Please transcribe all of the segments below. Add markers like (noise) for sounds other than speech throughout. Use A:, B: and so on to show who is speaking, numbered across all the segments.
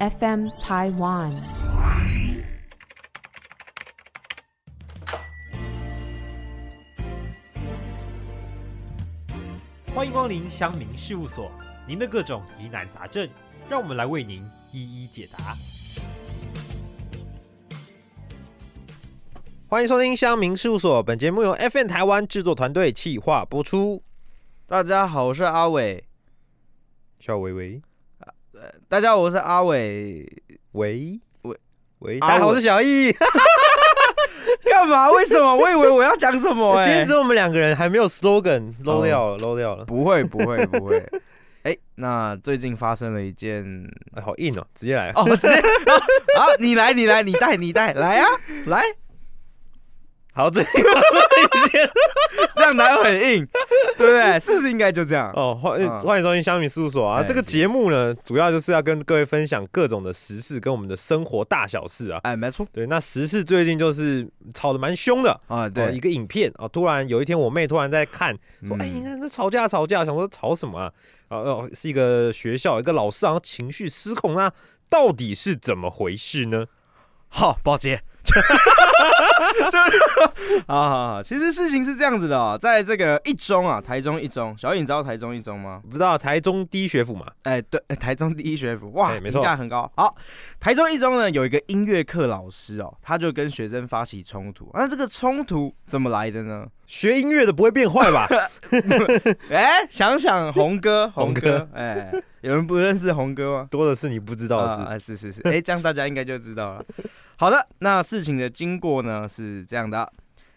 A: FM Taiwan。
B: 欢迎光临乡民事务所，您的各种疑难杂症，让我们来为您一一解答。欢迎收听乡民事务所，本节目由 FN 台湾制作团队企划播出。
C: 大家好，我是阿伟。
B: 小维维
C: 大家好，我是阿伟。
B: 喂
C: 喂
B: 喂，
C: 阿
B: 大家好，
C: 伟
B: 我是小易。
C: 干嘛？为什么？我以为我要讲什么、
B: (laughs) 今
C: 哎，
B: 天只有我们两个人，还没有 slogan，漏掉
C: 哦
B: 了，漏掉了，
C: 不会，不会，不会。 (laughs) 哎、那最近发生了一件……
B: 哎好硬哦，直接来。
C: (laughs) 哦，直接啊，你来，你来，你带，你带，来啊，来，
B: 好，这这一件
C: 这样来很硬，对不对？是不是应该就这样？
B: 哦，欢
C: 嗯
B: 欢迎收听香米事务所啊！
C: 哎
B: 这个节目呢，主要就是要跟各位分享各种的时事跟我们的生活大小事啊。
C: 哎，没错
B: 对，那时事最近就是吵得蛮凶的。
C: 啊，
B: 哦，一
C: 对，
B: 个影片哦，突然有一天，我妹突然在看，说：“
C: 嗯
B: 哎、你看那吵架吵架，想说吵什么啊？哦哦，是一个学校一个老师好像情绪失控啊，到底是怎么回事呢？
C: 好，保 (laughs) 洁。啊，好好其实事情是这样子的哦，在这个一中啊，台中一中，小雨，你知道台中一中吗？
B: 我知道台中第一学府嘛，
C: 哎，对，哎台中第一学府，哇，
B: 对没
C: 评
B: 错
C: 价很高。好，台中一中呢有一个音乐课老师哦，他就跟学生发起冲突。那这个冲突怎么来的呢？
B: 学音乐的不会变坏吧？ (laughs)
C: 哎，想想红哥，
B: 红
C: 红
B: 哥
C: 哥，哎，有人不认识红哥吗？
B: 多的是你不知道的事。
C: 啊、啊是是是，哎、这样大家应该就知道了。 (laughs) 好的，那事情的经过呢是这样的啊。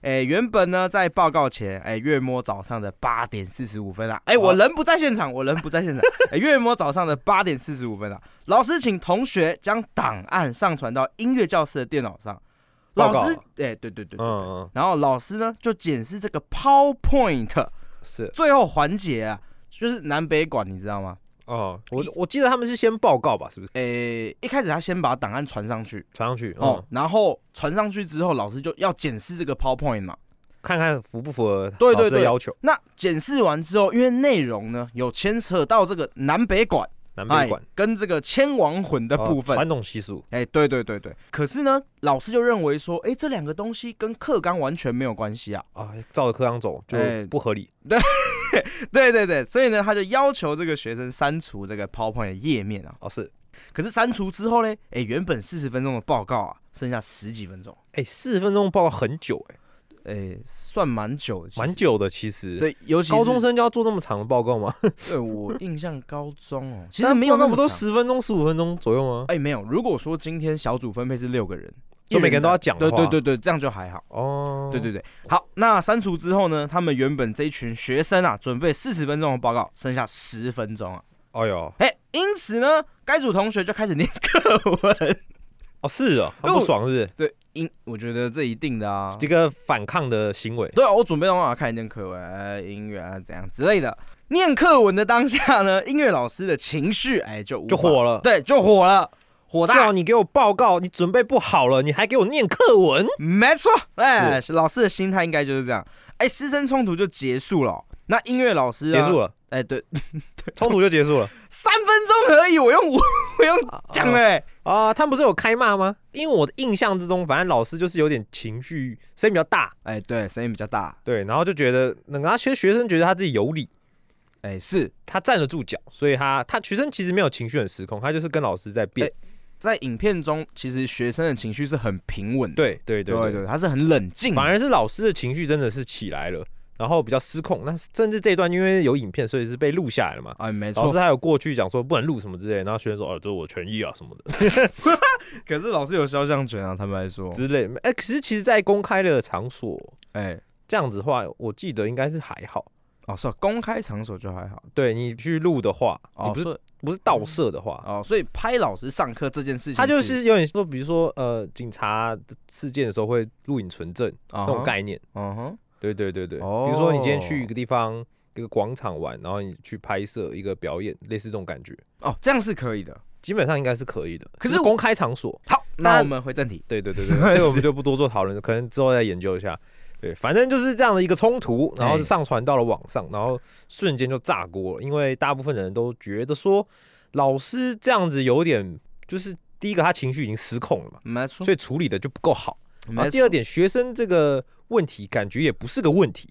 C: 哎、原本呢，在报告前，哎、月摸早上的八点四十五分啊，哎、我人不在现场，我人不在现场。哎、月摸早上的八点四十五分啊，老师请同学将档案上传到音乐教室的电脑上。
B: 报告啊
C: 老师，哎、对对对对
B: 嗯嗯，
C: 然后老师呢就检视这个 PowerPoint，
B: 是
C: 最后环节啊，就是南北馆，你知道吗？
B: 哦，我我记得他们是先报告吧，是不是？
C: 哎、一开始他先把档案传上去，
B: 传上去哦
C: 哦，，然后传上去之后，老师就要检视这个 PowerPoint 嘛。
B: 看看符不符合
C: 对
B: 老
C: 对
B: 师的
C: 对
B: 要求。
C: 那检视完之后，因为内容呢有牵扯到这个南北馆，
B: 南北馆
C: 哎跟这个千王魂的
B: 的
C: 部分，哎、
B: 传统习俗，
C: 对对对对。可是呢，老师就认为说，哎、这两个东西跟课纲完全没有关系啊。 (laughs)
B: 啊，照着课纲走就
C: 哎
B: 不合理。
C: 对对对，所以呢，他就要求这个学生删除这个 PowerPoint 的页面啊。
B: 哦，是，
C: 可是删除之后呢，哎、原本四十分钟的报告啊，剩下十几分钟，
B: 哎，四十分钟报告很久，哎，
C: 哎、算蛮久的，其实
B: 蛮。久的，其实。
C: 对，尤其是
B: 高中生就要做这么长的报告吗？
C: 对我印象高中哦， (laughs) 其
B: 那
C: 实没有
B: 报告
C: 么
B: 不都
C: 长
B: 十分钟、十五分钟左右吗？
C: 哎、没有。如果说今天小组分配是六个人，
B: 就每个人都要讲
C: 对
B: 的话
C: 对对对，这样就还好。
B: 哦，
C: 对对对，好，那删除之后呢？他们原本这一群学生啊，准备四十分钟的报告，剩下十分钟啊。
B: 哎呦，
C: 哎、因此呢，该组同学就开始念课文。
B: 哦是哦，他不爽是不是？
C: 对，因我觉得这一定的啊。
B: 这个反抗的行为，
C: 对啊，我准备让我看一念课文、呃音乐啊，怎样之类的。念课文的当下呢，音乐老师的情绪哎、就
B: 就火
C: 了，
B: 了。
C: 对，就火了，火大。
B: 叫你给我报告，你准备不好了，你还给我念课文，
C: 没错，哎，是老师的心态应该就是这样。哎，师生冲突就结束了哦、那音乐老师、
B: 结束
C: 了，
B: 了，
C: 哎，对，
B: 冲突就结束了。
C: 三分钟而已，我用 (laughs) 我我用讲的、哎
B: 啊、他们不是有开骂吗？因为我的印象之中，反正老师就是有点情绪，声音比较大，
C: 哎，对，声音比较大，
B: 对，然后就觉得，那个他学学生觉得他自己有理，
C: 哎，是
B: 他站得住脚，所以他他学生其实没有情绪很失控，他就是跟老师在辩，
C: 哎在影片中，其实学生的情绪是很平稳的，
B: 对对对
C: 对对，他是很冷静的，
B: 反而是老师的情绪真的是起来了，然后比较失控。那甚至这一段因为有影片，所以是被录下来了嘛。
C: 哎，没
B: 老
C: 错
B: 师。还有过去讲说不能录什么之类，然后学生说哦，这是我权益啊什么的
C: 可是老师有肖像权啊，他们还说，
B: 之类。哎、可是其实，在公开的场所
C: 哎，
B: 这样子的话，我记得应该是还好。
C: 哦，是啊公开场所就还好，
B: 对你去录的话，你
C: 哦，
B: 不是
C: 所以
B: 不是盗摄的话，
C: 哦，所以拍老师上课这件事情，
B: 他就是有点说，比如说呃，警察事件的时候会录影存证
C: 那
B: 那种，概念。
C: 嗯哼，
B: 对对对对，
C: 哦
B: 比如说你今天去一个地方，一个广场玩，然后你去拍摄一个表演，类似这种感觉，
C: 哦，这样是可以的。
B: 基本上应该是可以的。
C: 可是
B: 就公开场所，
C: 好，
B: 那
C: 那我们回正题。
B: 对对对
C: (laughs)
B: 对，这个我们
C: 是
B: 就不多做讨论，可能之后再研究一下。对，反正就是这样的一个冲突，然后就
C: 哎
B: 上传到了网上，然后瞬间就炸锅了，因为大部分人都觉得说，老师这样子有点就是第一个他情绪已经失控了嘛，
C: 没错
B: 所，以处理的就不够好。然
C: 没
B: 后第二
C: 错，
B: 点，学生这个问题感觉也不是个问题，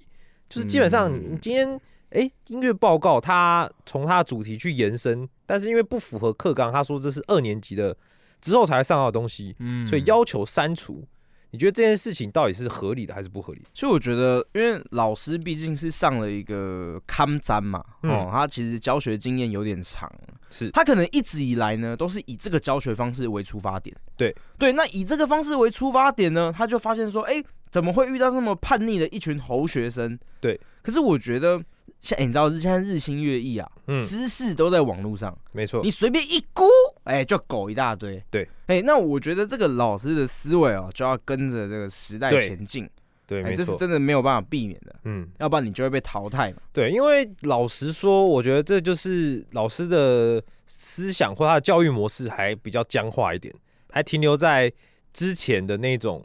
B: 就是基本上你
C: 嗯
B: 你今天哎、音乐报告它从它的主题去延伸，但是因为不符合课纲，他说这是二年级的之后才会上到的东西，
C: 嗯
B: 所以要求删除。你觉得这件事情到底是合理的还是不合理的？
C: 所以我觉得，因为老师毕竟是上了一个康詹嘛，
B: 嗯
C: 哦，他其实教学经验有点长，
B: 是
C: 他可能一直以来呢都是以这个教学方式为出发点。
B: 对
C: 对，那以这个方式为出发点呢，他就发现说，哎、怎么会遇到这么叛逆的一群猴学生？
B: 对，
C: 可是我觉得。像、哎你知道，现在日新月异啊，
B: 嗯，
C: 知识都在网络上，
B: 没错
C: 你，随便一估，哎、就狗一大堆。
B: 对，
C: 哎、那我觉得这个老师的思维哦，就要跟着这个时代
B: 对
C: 前进。
B: 对，
C: 哎，
B: 没
C: 这是
B: 错，
C: 真的没有办法避免的，
B: 嗯，
C: 要不然你就会被淘汰嘛。
B: 对，因为老实说，我觉得这就是老师的思想或他的教育模式还比较僵化一点，还停留在之前的那种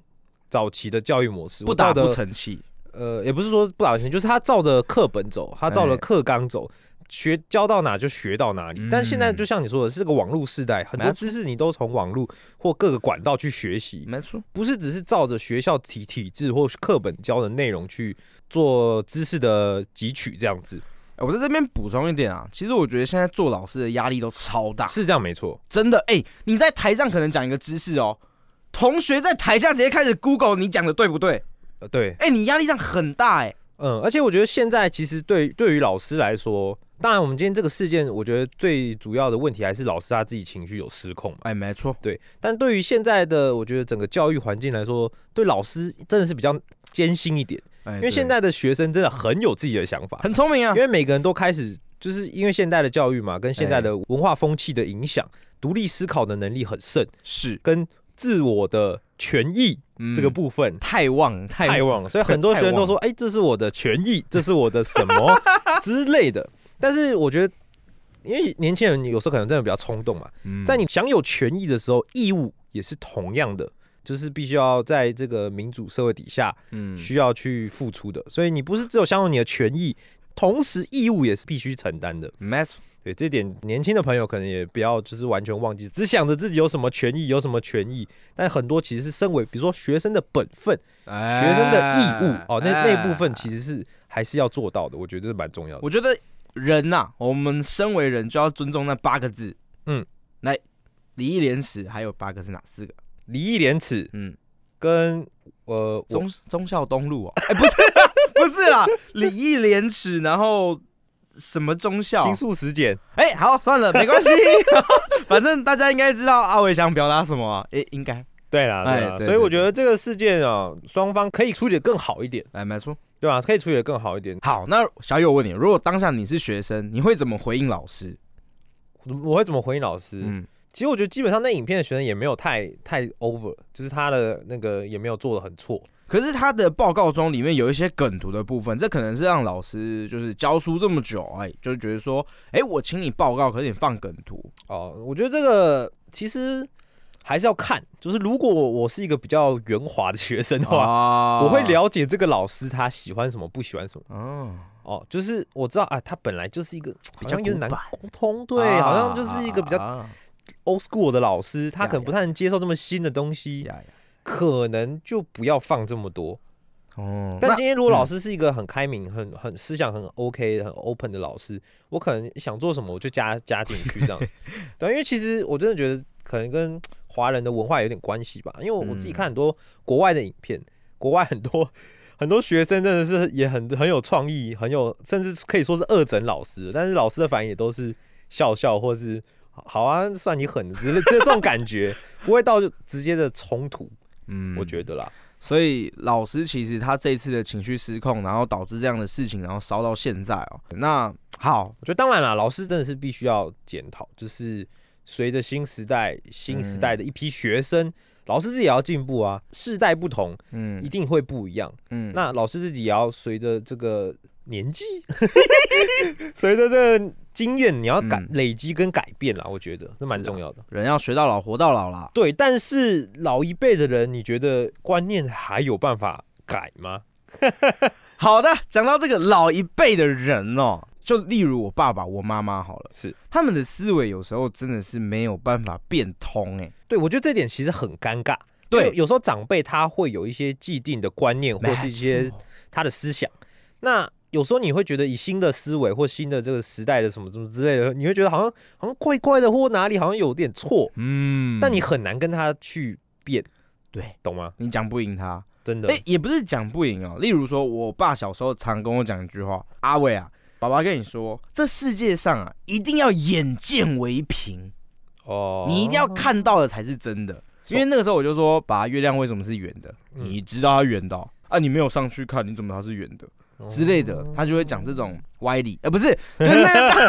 B: 早期的教育模式。
C: 不
B: 我照
C: 打
B: 的
C: 不，成器，
B: 呃，也不是说不打不成，就是他照着课本走，他照着
C: 哎
B: 课纲走，学教到哪就学到哪里。
C: 嗯
B: 但现在就像你说的，是个网络时代，很多
C: 没
B: 知识你都从网络或各个管道去学习，
C: 没错。
B: 不是只是照着学校体体制或课本教的内容去做知识的汲取这样子。
C: 哎我在这边补充一点啊，其实我觉得现在做老师的压力都超大，
B: 是这样没错，
C: 真的。哎、你在台上可能讲一个知识哦，同学在台下直接开始 Google 你讲的对不对？
B: 呃，对，
C: 哎、你压力这样很大哎、
B: 嗯，而且我觉得现在其实对对于老师来说，当然我们今天这个事件，我觉得最主要的问题还是老师他自己情绪有失控嘛。
C: 哎、没错，
B: 对，但对于现在的我觉得整个教育环境来说，对老师真的是比较艰辛一点，
C: 哎、
B: 因为现在的学生真的很有自己的想法，
C: 很聪明啊
B: 因，为每个人都开始就是因为现代的教育嘛，跟现代的文化风气的影响，独立思考的能力很盛，
C: 是、
B: 跟自我的权益
C: 嗯
B: 这个部分
C: 太旺太
B: 太旺了，所以很多学生都说：“哎、这是我的权益，这是我的什 (laughs) 么之类的。”但是我觉得，因为年轻人有时候可能真的比较冲动嘛，
C: 嗯
B: 在你享有权益的时候，义务也是同样的，就是必须要在这个民主社会底下
C: 嗯
B: 需要去付出的。所以你不是只有享有你的权益，同时义务也是必须承担的。
C: 没错，
B: 对这点，年轻的朋友可能也不要就是完全忘记，只想着自己有什么权益，有什么权益，但很多其实是身为比如说学生的本分。
C: 哎
B: 学生的义务哦，那那部分
C: 实。
B: 其实是还是要做到的，我觉得是蛮重要的。
C: 我觉得人呐、我们身为人就要尊重那八个字。
B: 嗯，
C: 来，礼义廉耻，还有八个是哪四个？
B: 礼义廉耻
C: 嗯，
B: 跟呃，我
C: 忠忠孝东路哦， (laughs) 哎、不是不是啦，礼义廉耻，然后什么忠孝
B: 刑？诉实践，
C: 哎、好，算了，没关系， (laughs) 反正大家应该知道阿伟想表达什么啊、哎、应该，
B: 对啦，对
C: 哎
B: 啦。
C: 对
B: 所以
C: 对
B: 我觉得这个事件啊，双方可以处理的更好一点，
C: 哎，没错。
B: 对吧？可以处理的更好一点。
C: 好，那小友问你，如果当下你是学生，你会怎么回应老师？
B: 我会怎么回应老师？
C: 嗯，
B: 其实我觉得基本上那影片的学生也没有太太 over，就是他的那个也没有做的很错。
C: 可是他的报告中里面有一些梗图的部分，这可能是让老师就是教书这么久，哎，就觉得说，哎，我请你报告，可是你放梗图，
B: (laughs) 哦，我觉得这个其实还是要看，就是如果我是一个比较圆滑的学生的话，
C: 啊
B: 我会，了解这个老师他喜欢什么，不喜欢什么。
C: 哦，
B: 哦，就是我知道啊，他本来就是一个
C: 比
B: 好像
C: 较
B: 有点
C: 古
B: 难
C: 板
B: 沟通，对，好像就是一个比较
C: 啊
B: old school 的老师，他
C: 呀
B: 可能不太能接受这么新的东西，
C: 呀呀
B: 可能就不要放这么多。
C: 哦，
B: 但
C: 那
B: 今天如果老
C: 嗯
B: 师是一个很开明、很很思想很 OK、很 open 的老师，我可能想做什么我就加加进去这
C: (laughs)
B: 样子。对，因为其实我真的觉得可能跟华人的文化有点关系吧，因为我我自己
C: 嗯
B: 看很多国外的影片，国外很多。很多学生真的是也很很有创意，很有甚至可以说是二诊老师，但是老师的反应也都是笑笑或是好好啊，算你狠之类这这种感觉，不会到就直接的冲突，
C: 嗯
B: 我觉
C: 得，
B: 得啦。
C: 所以老师其实他这次的情绪失控，然后导致这样的事情，然后烧到现在哦，
B: 嗯
C: 那好，
B: 我觉得当然啦，老师真的是必须要检讨，就是随着新时代、新时
C: 嗯
B: 代的一批学生，老师自己也要进步啊。世代不同，
C: 嗯
B: 一定会不一样。
C: 嗯，
B: 那老师自己也要随着这个年
C: (laughs)
B: 纪，随着这个经验，你要改、
C: 嗯
B: 累积跟改变啦。我觉得那蛮
C: 是啊
B: 重要的。
C: 人要学到老，活到老啦，
B: 对，但是老一辈的人，你觉得观念还有办法改吗？
C: 好的，讲到这个老一辈的人哦，就例如我爸爸、我妈妈好了，
B: 是
C: 他们的思维有时候真的是没有办法变通、哎，
B: 对，我觉得这点其实很尴尬。
C: 对
B: 因为有时候长辈他会有一些既定的观念或是一些
C: 没错
B: 他的思想，那有时候你会觉得以新的思维或新的这个时代的什么什么之类的，你会觉得好像好像怪怪的，或哪里好像有点错，
C: 嗯，
B: 但你很难跟他去辩，
C: 对
B: 懂吗？
C: 你讲不赢他，
B: 真的
C: 哎、，也不是讲不赢哦。例如说，我爸小时候常跟我讲一句话：“阿伟啊，爸爸跟你说，这世界上啊，一定要眼见为凭，
B: 哦
C: 你一定要看到的才是真的。”因为那个时候我就说：“爸，月亮为什么是圆的？
B: 嗯
C: 你知道它圆的哦、啊，你没有上去看，你怎么知道它是圆的
B: 哦
C: 之类的？”他就会讲这种歪理，呃，不是，就
B: (laughs)
C: 是那当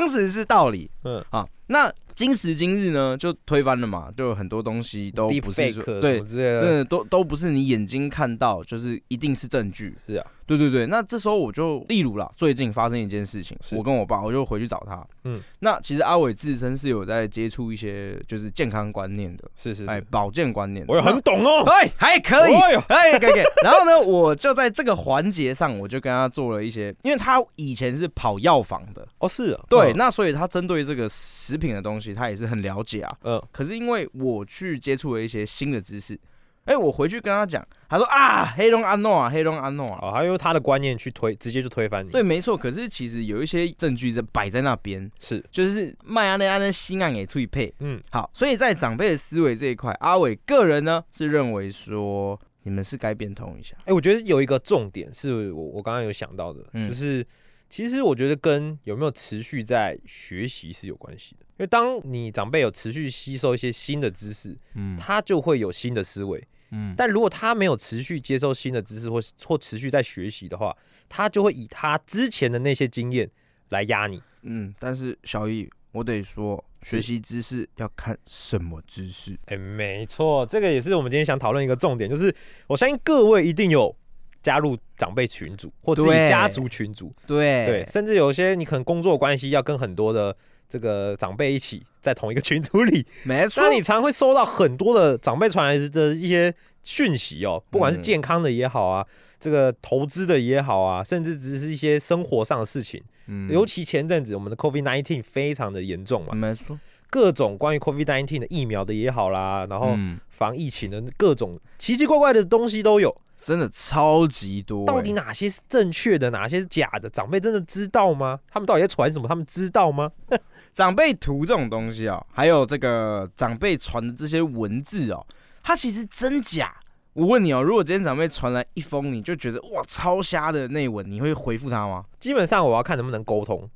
C: (laughs) 当时是道理，嗯
B: 嗯
C: 啊。那今时今日呢，就推翻了嘛，就很多东西都不是
B: deepfake
C: 说
B: 什
C: 对
B: 么。之类
C: 真
B: 的，
C: 的都都不是你眼睛看到，就是一定是证据。
B: 是啊，
C: 对对对，那这时候我就，例如啦，最近发生一件事情，
B: 是
C: 我跟我爸，我就回去找他。嗯
B: 嗯，
C: 那其实阿伟自身是有在接触一些就是健康观念的，
B: 是是
C: 哎，
B: 是，
C: 保健观念的。
B: 我也很懂哦，
C: 哎，还可以，
B: 哎呦
C: 哎，可以可以。 (laughs) 然后呢，我就在这个环节上，我就跟他做了一些，因为他以前是跑药房的，
B: 哦是啊，
C: 对，
B: 嗯
C: 那所以他针对这个食品的东西，他也是很了解啊。
B: 嗯
C: 可是因为我去接触了一些新的知识，哎、我回去跟他讲，他说啊，黑龙安诺啊，黑龙安诺啊，
B: 哦，他用他的观念去推，直接就推翻你，
C: 对，，没错。可是其实有一些证据在摆在那边，
B: 是，
C: 就是麦安内安的心案也退配。
B: 嗯，
C: 好，所以在长辈的思维这一块，阿伟个人呢是认为说，你们是该变通一下。
B: 哎、我觉得有一个重点是我我刚刚有想到的，
C: 嗯
B: 就是其实我觉得跟有没有持续在学习是有关系的，因为当你长辈有持续吸收一些新的知识，
C: 嗯
B: 他就会有新的思维，
C: 嗯，
B: 但如果他没有持续接受新的知识或是或持续在学习的话，他就会以他之前的那些经验来压你。
C: 嗯，但是小易，我得说，学
B: 是
C: 习知识要看什么知识。
B: 哎、没错，这个也是我们今天想讨论一个重点，就是我相信各位一定有加入长辈群组或自己
C: 对
B: 家族群组，
C: 对
B: 对，甚至有些你可能工作关系要跟很多的这个长辈一起在同一个群组
C: (laughs)
B: 里，
C: 没错
B: 那。你常会收到很多的长辈传来的一些讯息哦，不管是
C: 嗯
B: 健康的也好啊，这个投资的也好啊，甚至只是一些生活上的事情。
C: 嗯
B: 尤其前阵子我们的 COVID nineteen 非常的严重嘛，
C: 没错。
B: 各种关于 COVID nineteen 的疫苗的也好啦，然后
C: 嗯
B: 防疫情的各种奇奇怪怪的东西都有。
C: 真的超级多欸、
B: 到底哪些是正确的，哪些是假的？长辈真的知道吗？他们到底在传什么？他们知道吗？
C: 长辈图这种东西哦，还有这个长辈传的这些文字哦，它其实真假？我问你哦，如果今天长辈传来一封你就觉得哇超瞎的内文，你会回复他
B: (laughs)
C: 吗？
B: 基本上我要看能不能沟通。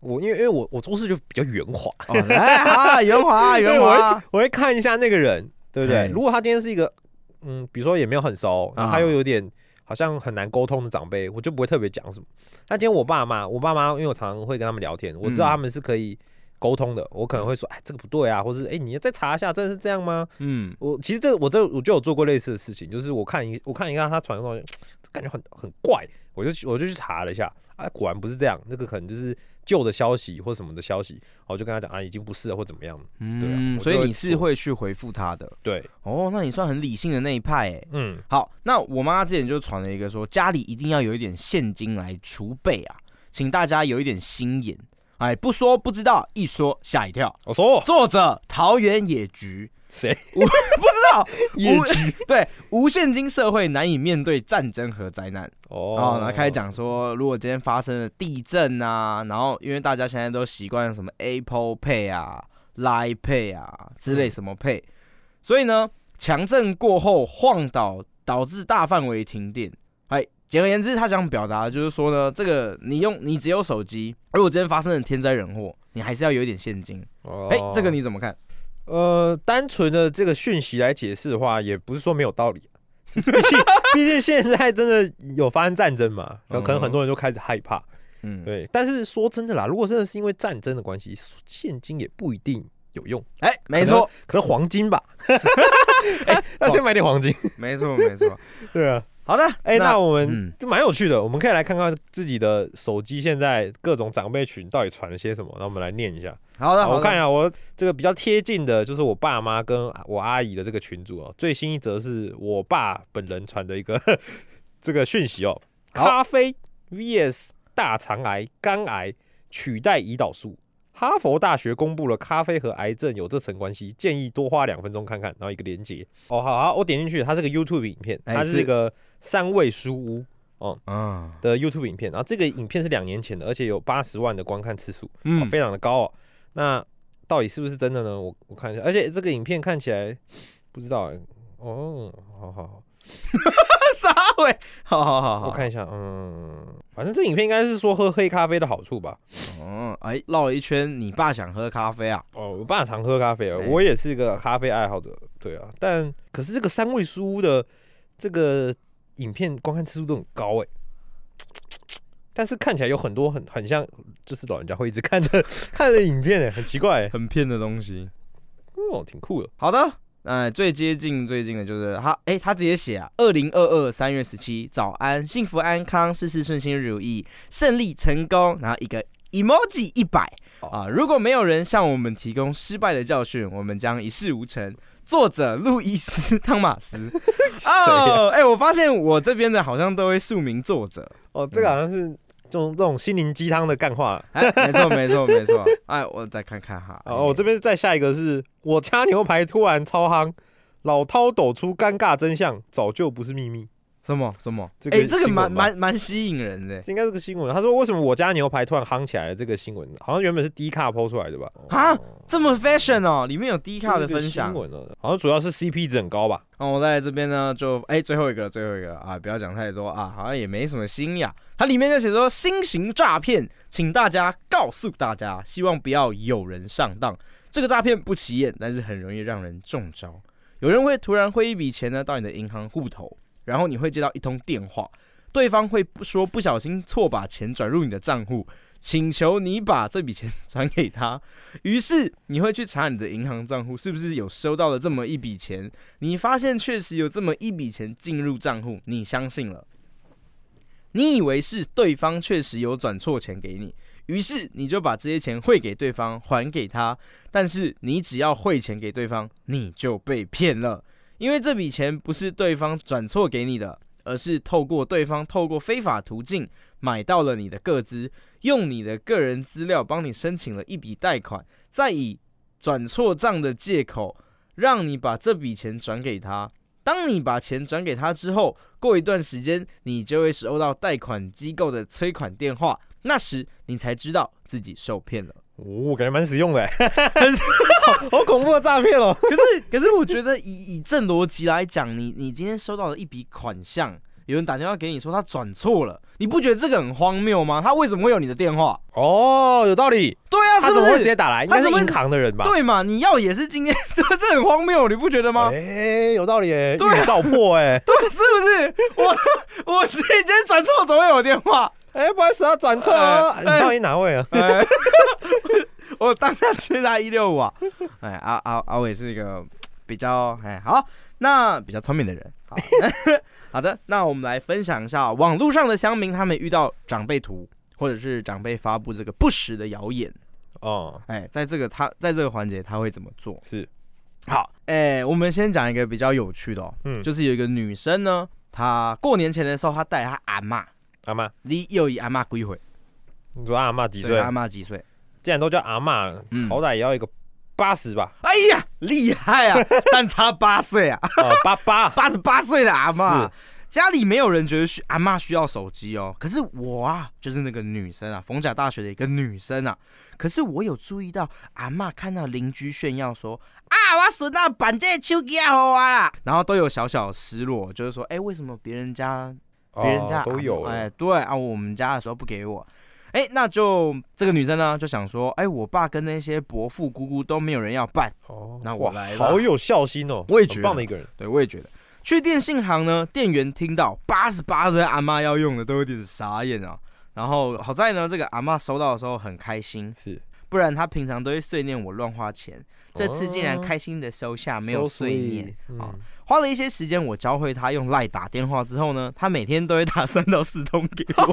B: 我因为因为我我做事就比较圆滑，
C: 哦，来啊，圆滑啊圆滑啊，
B: (laughs) 我会看一下那个人，对不对？
C: 对
B: 如果他今天是一个，嗯，比如说也没有很熟，然后他又有点好像很难沟通的长辈，我就不会特别讲什么。那今天我爸妈，我爸妈，因为我常常会跟他们聊天，我知道他们是可以沟通的，我可能会说，哎，这个不对啊，或是哎，你再查一下，真的是这样吗？
C: 嗯，
B: 我其实这我这我就有做过类似的事情，就是我看一我看一看他传的东西，这感觉很很怪，我就去我就去查了一下，啊，果然不是这样，那个可能就是旧的消息或什么的消息，我就跟他讲啊，已经不是了或怎么样，对啊
C: 嗯
B: 我就
C: 所以
B: 会
C: 你是
B: 说
C: 会去回复他的
B: 对，
C: 哦，那你算很理性的那一派哎。
B: 嗯，
C: 好，那我妈之前就传了一个说，家里一定要有一点现金来储备啊，请大家有一点心眼，哎，不说不知道，一说吓一跳。
B: 我说
C: 作者桃园野菊，
B: (laughs) 谁？
C: (laughs) 野菊对无现金社会难以面对战争和灾难。
B: 哦
C: 哦，然后开始，讲说，如果今天发生了地震啊，然后因为大家现在都习惯什么 Apple Pay 啊、Line Pay 啊之类什么 Pay，、所以
B: 嗯
C: 呢，强震过后晃倒导致大范围停电。哎，简而言之，他想表达的就是说呢，这个你用你只有手机，如果今天发生了天灾人祸，你还是要有一点现金。
B: 哦
C: 哎、这个你怎么看？
B: 呃，单纯的这个讯息来解释的话，也不是说没有道理、啊。就是毕
C: (laughs)
B: 竟，毕竟现在真的有发生战争嘛，可
C: 嗯
B: 能很多人就开始害怕。
C: 嗯，
B: 对，但是说真的啦，如果真的是因为战争的关系，现金也不一定有用。
C: 哎、没
B: (laughs)
C: 错，
B: 可能黄金吧。哎，那先买点黄金。
C: 没错，没错。
B: 对啊，
C: 好的，
B: 哎，那我们
C: 嗯，
B: 就蛮有趣的，我们可以来看看自己的手机现在各种长辈群到底传了些什么。那我们来念一下。
C: 好的，
B: 好我看一
C: 一
B: 下，我这个比较贴近的就是我爸妈跟我阿姨的这个群组哦。最新一则是 (laughs) 我爸本人传的一个这个讯息哦，
C: 好
B: 咖啡 VS 大肠癌、肝癌取代胰岛素。哈佛大学公布了咖啡和癌症有这层关系，建议多花两分钟看看。然后一个连接，哦，好好，我点进去，它是个 YouTube 影片，
C: 哎
B: 它
C: 是
B: 是一个三位书屋
C: 嗯
B: 的 YouTube 影片。然后这个影片是两年前的，而且有八十万的观看次数，哦
C: 嗯，
B: 非常的高哦。那到底是不是真的呢？我我看一下，而且这个影片看起来不知道哎、哦，好好好，
C: 啥喂？好好好好，
B: 我看一下，嗯，反正这影片应该是说喝黑咖啡的好处吧。
C: 嗯，哎，绕了一圈，你爸想喝咖啡啊？
B: 哦，我爸常喝咖啡啊，
C: 哎
B: 我也是个咖啡爱好者，对啊。但可是这个三味书屋的这个影片观看次数都很高哎、但是看起来有很多很很像，就是老人家会一直看的 (laughs) 看的影片哎、很奇怪、欸，
C: 很骗的东西。
B: 哦，挺酷的。
C: 好的，那、最接近最近的就是他，哎、他直接写啊，二零二二三月十七，早安，幸福安康，事事顺心如意，胜利成功，然后一个 emoji 一百
B: 哦
C: 啊，如果没有人向我们提供失败的教训，我们将一事无成。作者路易斯·汤马 (laughs) 斯
B: 啊
C: 哦，哎、我发现我这边的好像都会署名作者，
B: 哦，
C: 嗯
B: 这个好像是这种这种心灵鸡汤的干话。
C: 哎、没错没错没错，哎，我再看看哈，
B: 哦，我这
C: 边
B: 边再下一个是我家牛排突然超夯，老饕抖出尴尬真相，早就不是秘密。
C: 什么什么，
B: 这
C: 哎、
B: 个
C: 这
B: 新
C: 个
B: 闻
C: 蛮
B: 吧
C: 蛮蛮吸引人的
B: 这应该是个新闻。他说为什么我家牛排突然夯起来了？这个新闻好像原本是低卡 PO 出来的吧？
C: 啊
B: 哦，
C: 这么 fashion 哦，里面有 D
B: 低
C: 卡的分享
B: 新。闻哦，好像主要是 CP 值很高吧？
C: 那、我在这边呢，就哎、最后一个了，最后一个了啊，不要讲太多啊，好像也没什么新呀。它里面就写说新型诈骗，请大家告诉大家，希望不要有人上当。这个诈骗不起眼，但是很容易让人中招。有人会突然汇一笔钱呢到你的银行户头，然后你会接到一通电话，对方会说不小心错把钱转入你的账户，请求你把这笔钱 (laughs) 转给他。于是你会去查你的银行账户是不是有收到了这么一笔钱，你发现确实有这么一笔钱进入账户，你相信了，你以为是对方确实有转错钱给你，于是你就把这些钱汇给对方，还给他。但是你只要汇钱给对方，你就被骗了，因为这笔钱不是对方转错给你的，而是透过对方透过非法途径买到了你的个资，用你的个人资料帮你申请了一笔贷款，再以转错账的借口让你把这笔钱转给他。当你把钱转给他之后，过一段时间，你就会收到贷款机构的催款电话，那时你才知道自己受骗 (laughs) 了。
B: 哦，感觉蛮实用的欸， (laughs) 好好恐怖的诈骗
C: (laughs)
B: 哦。
C: 可是，可是我觉得以以正逻辑来讲，你你今天收到了一笔款项，有人打电话给你说他转错了，你不觉得这个很荒谬吗？他为什么会有你的电话？
B: 哦，有道理，
C: 对啊，
B: 他
C: 是
B: 怎
C: 不
B: 么会直
C: 是？
B: 接打来？应
C: 他
B: 该是
C: 怎么会
B: 银行的人吧？
C: 对嘛？你要也是今天， (laughs) 这这很荒谬，你不觉得吗？
B: 哎，有道理哎，一
C: 对啊
B: 语道破哎，
C: 对，是不是？我我自己今天转错，怎么会有电话？
B: 哎，不好意思啊，转错了，
C: 哎
B: 你
C: 哎
B: 到底哪位啊？
C: 哎
B: (laughs)
C: 我当下直接打一六五啊！ (laughs) 哎，阿阿阿伟是一个比较哎好，那比较聪明的人。好，好的，那我们来分享一下网络上的乡民他们遇到长辈图或者是长辈发布这个不实的谣言，
B: 哦，
C: 哎，在这个他在这个环节他会怎么做？
B: 是，
C: 好，哎，我们先讲一个比较有趣的哦，
B: 嗯，
C: 就是有一个女生呢，她过年前的时候，她带她阿嬷，
B: 阿妈，
C: 你又以阿嬷归回，
B: 你说阿妈几
C: 对
B: 岁？
C: 阿嬷几岁？
B: 既然都叫阿妈了
C: 嗯，
B: 好歹也要一个八十
C: (laughs)
B: 吧，
C: 哎呀，厉害
B: (laughs)
C: 啊！但差八岁啊，
B: 啊，八八，
C: 八十八岁的阿嬷，
B: 是
C: 家里没有人觉得需阿嬷需要手机哦，可是我啊，就是那个女生啊，逢甲大学的一个女生啊，可是我有注意到阿嬷看到邻居炫耀说啊，我孙到板这个手机啊好啊啦，然后都有小小的失落，就是说，哎、为什么别人家 (laughs) 别人家、
B: 哦都有
C: 哎、
B: 哎，
C: 对啊，我们家的时候不给我，哎、那就这个女生呢就想说，哎、我爸跟那些伯父姑姑都没有人要办。
B: 哦
C: 那我
B: 哇
C: 来吧
B: 好有孝心哦，
C: 我也觉
B: 很
C: 得
B: 棒的一个人，
C: 对，我也觉得。去电信行呢，店员听到八十八岁阿嬷要用的，都有点傻眼啊。然后好在呢，这个阿嬷收到的时候很开心，
B: 是
C: 不然她平常都会碎念我乱花钱，这次竟
B: 哦
C: 然开心的收下，没有碎念。啊
B: 啊，
C: 花了一些时间，我教会她用赖打电话之后呢，她每天都会打三到四通给
B: (laughs)
C: 我。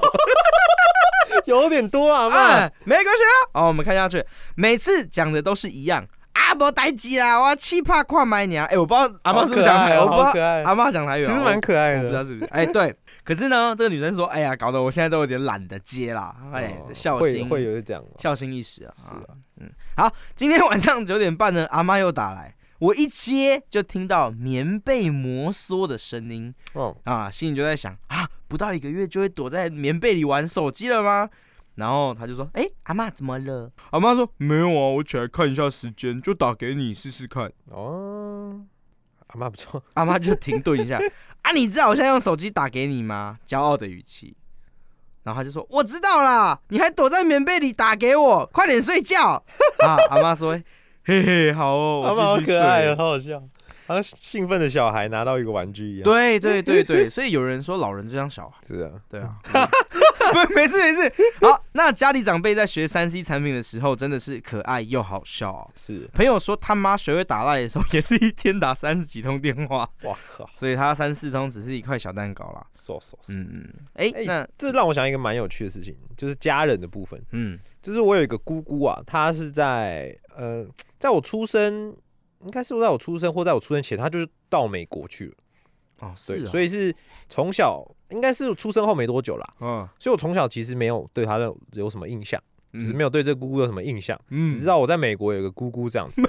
B: 有点多啊，阿嬷
C: 啊哎，没关系啊。好，我们看下去，每次讲的都是一样。阿啊，无代志啦，我气怕跨买你啊！哎、我不知道阿妈是不是讲台语，
B: 好
C: 我
B: 可爱啊
C: 不
B: 好
C: 知
B: 可爱，
C: 道阿妈讲台语
B: 其
C: 啊，
B: 实蛮可爱
C: 我不知
B: 的。
C: 道是不是？哎、对，可是呢，这个女生说，哎呀，搞得我现在都有点懒得接啦，哎、
B: 哦
C: 孝
B: 会
C: 心
B: 会有这样吗？
C: 孝心一时啊，
B: 是啊，
C: 嗯，好，今天晚上九点半呢，阿妈又打来，我一接就听到棉被摩挲的声音
B: 哦，
C: 啊，心里就在想啊，不到一个月就会躲在棉被里玩手机了吗？然后他就说，哎、阿妈怎么了？阿妈说没有啊，我起来看一下时间，就打给你试试看。
B: 哦，阿妈不错，
C: 阿妈就停顿一下， (laughs) 啊，你知道我现在用手机打给你吗？骄傲的语气。然后他就说：“我知道啦，你还躲在棉被里打给我，快点睡觉。” (laughs) 啊，阿妈说：“嘿嘿，好
B: 阿
C: 哦，
B: 妈好
C: 我继续
B: 可
C: 睡。
B: 爱哦，好好笑，好像兴奋的小孩拿到一个玩具一样。，
C: 对对
B: (laughs)
C: 对对，所以有人说老人就像小孩，
B: 是啊，
C: 对啊，
B: (laughs)
C: 不没事没事。好，那家里长辈在学三 C 产品的时候，真的是可爱又好笑哦、
B: 是，
C: 朋友说他妈学会打赖的时候，也是一天打三十几通电话，
B: 哇靠，
C: 所以他三四通只是一块小蛋糕啦。
B: 嗖嗖嗖。
C: 嗯，嗯，哎、
B: 哎
C: 那
B: 这让我想一个蛮有趣的事情，就是家人的部分。
C: 嗯
B: 就是我有一个姑姑啊，她是在呃，在我出生，应该是在我出生或在我出生前，她就是到美国去了。
C: 哦是
B: 对，
C: 啊，
B: 所
C: 以
B: 以是从小，应该是出生后没多久啦，
C: 嗯
B: 所以我从小其实没有对她有有什么印象，就是没
C: 有，
B: 有对这姑姑有什么印象，
C: 嗯
B: 只知道我在美国有个姑姑这样子。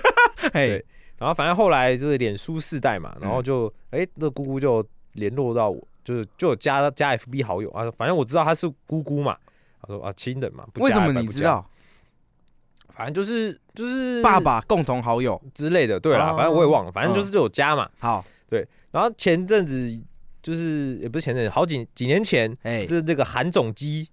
C: 嘿
B: 对然后反正后来就是脸书世代嘛，然后就
C: 嗯
B: 哎、这姑姑就联络到我，就是就有加加 FB 好友啊，反正我知道她是姑姑嘛。她说啊，亲人嘛，不加
C: 为什
B: 也
C: 么
B: 白
C: 你
B: 不
C: 知
B: 加？
C: 道
B: 反正就是就是
C: 爸爸共同好友？
B: 之类的，对啦，
C: 哦
B: 反正我也忘了，反正就是有加嘛。
C: 好，
B: 然后前阵子就是也不是前阵子，好几几年前
C: 哎、
B: 是这个韩总机，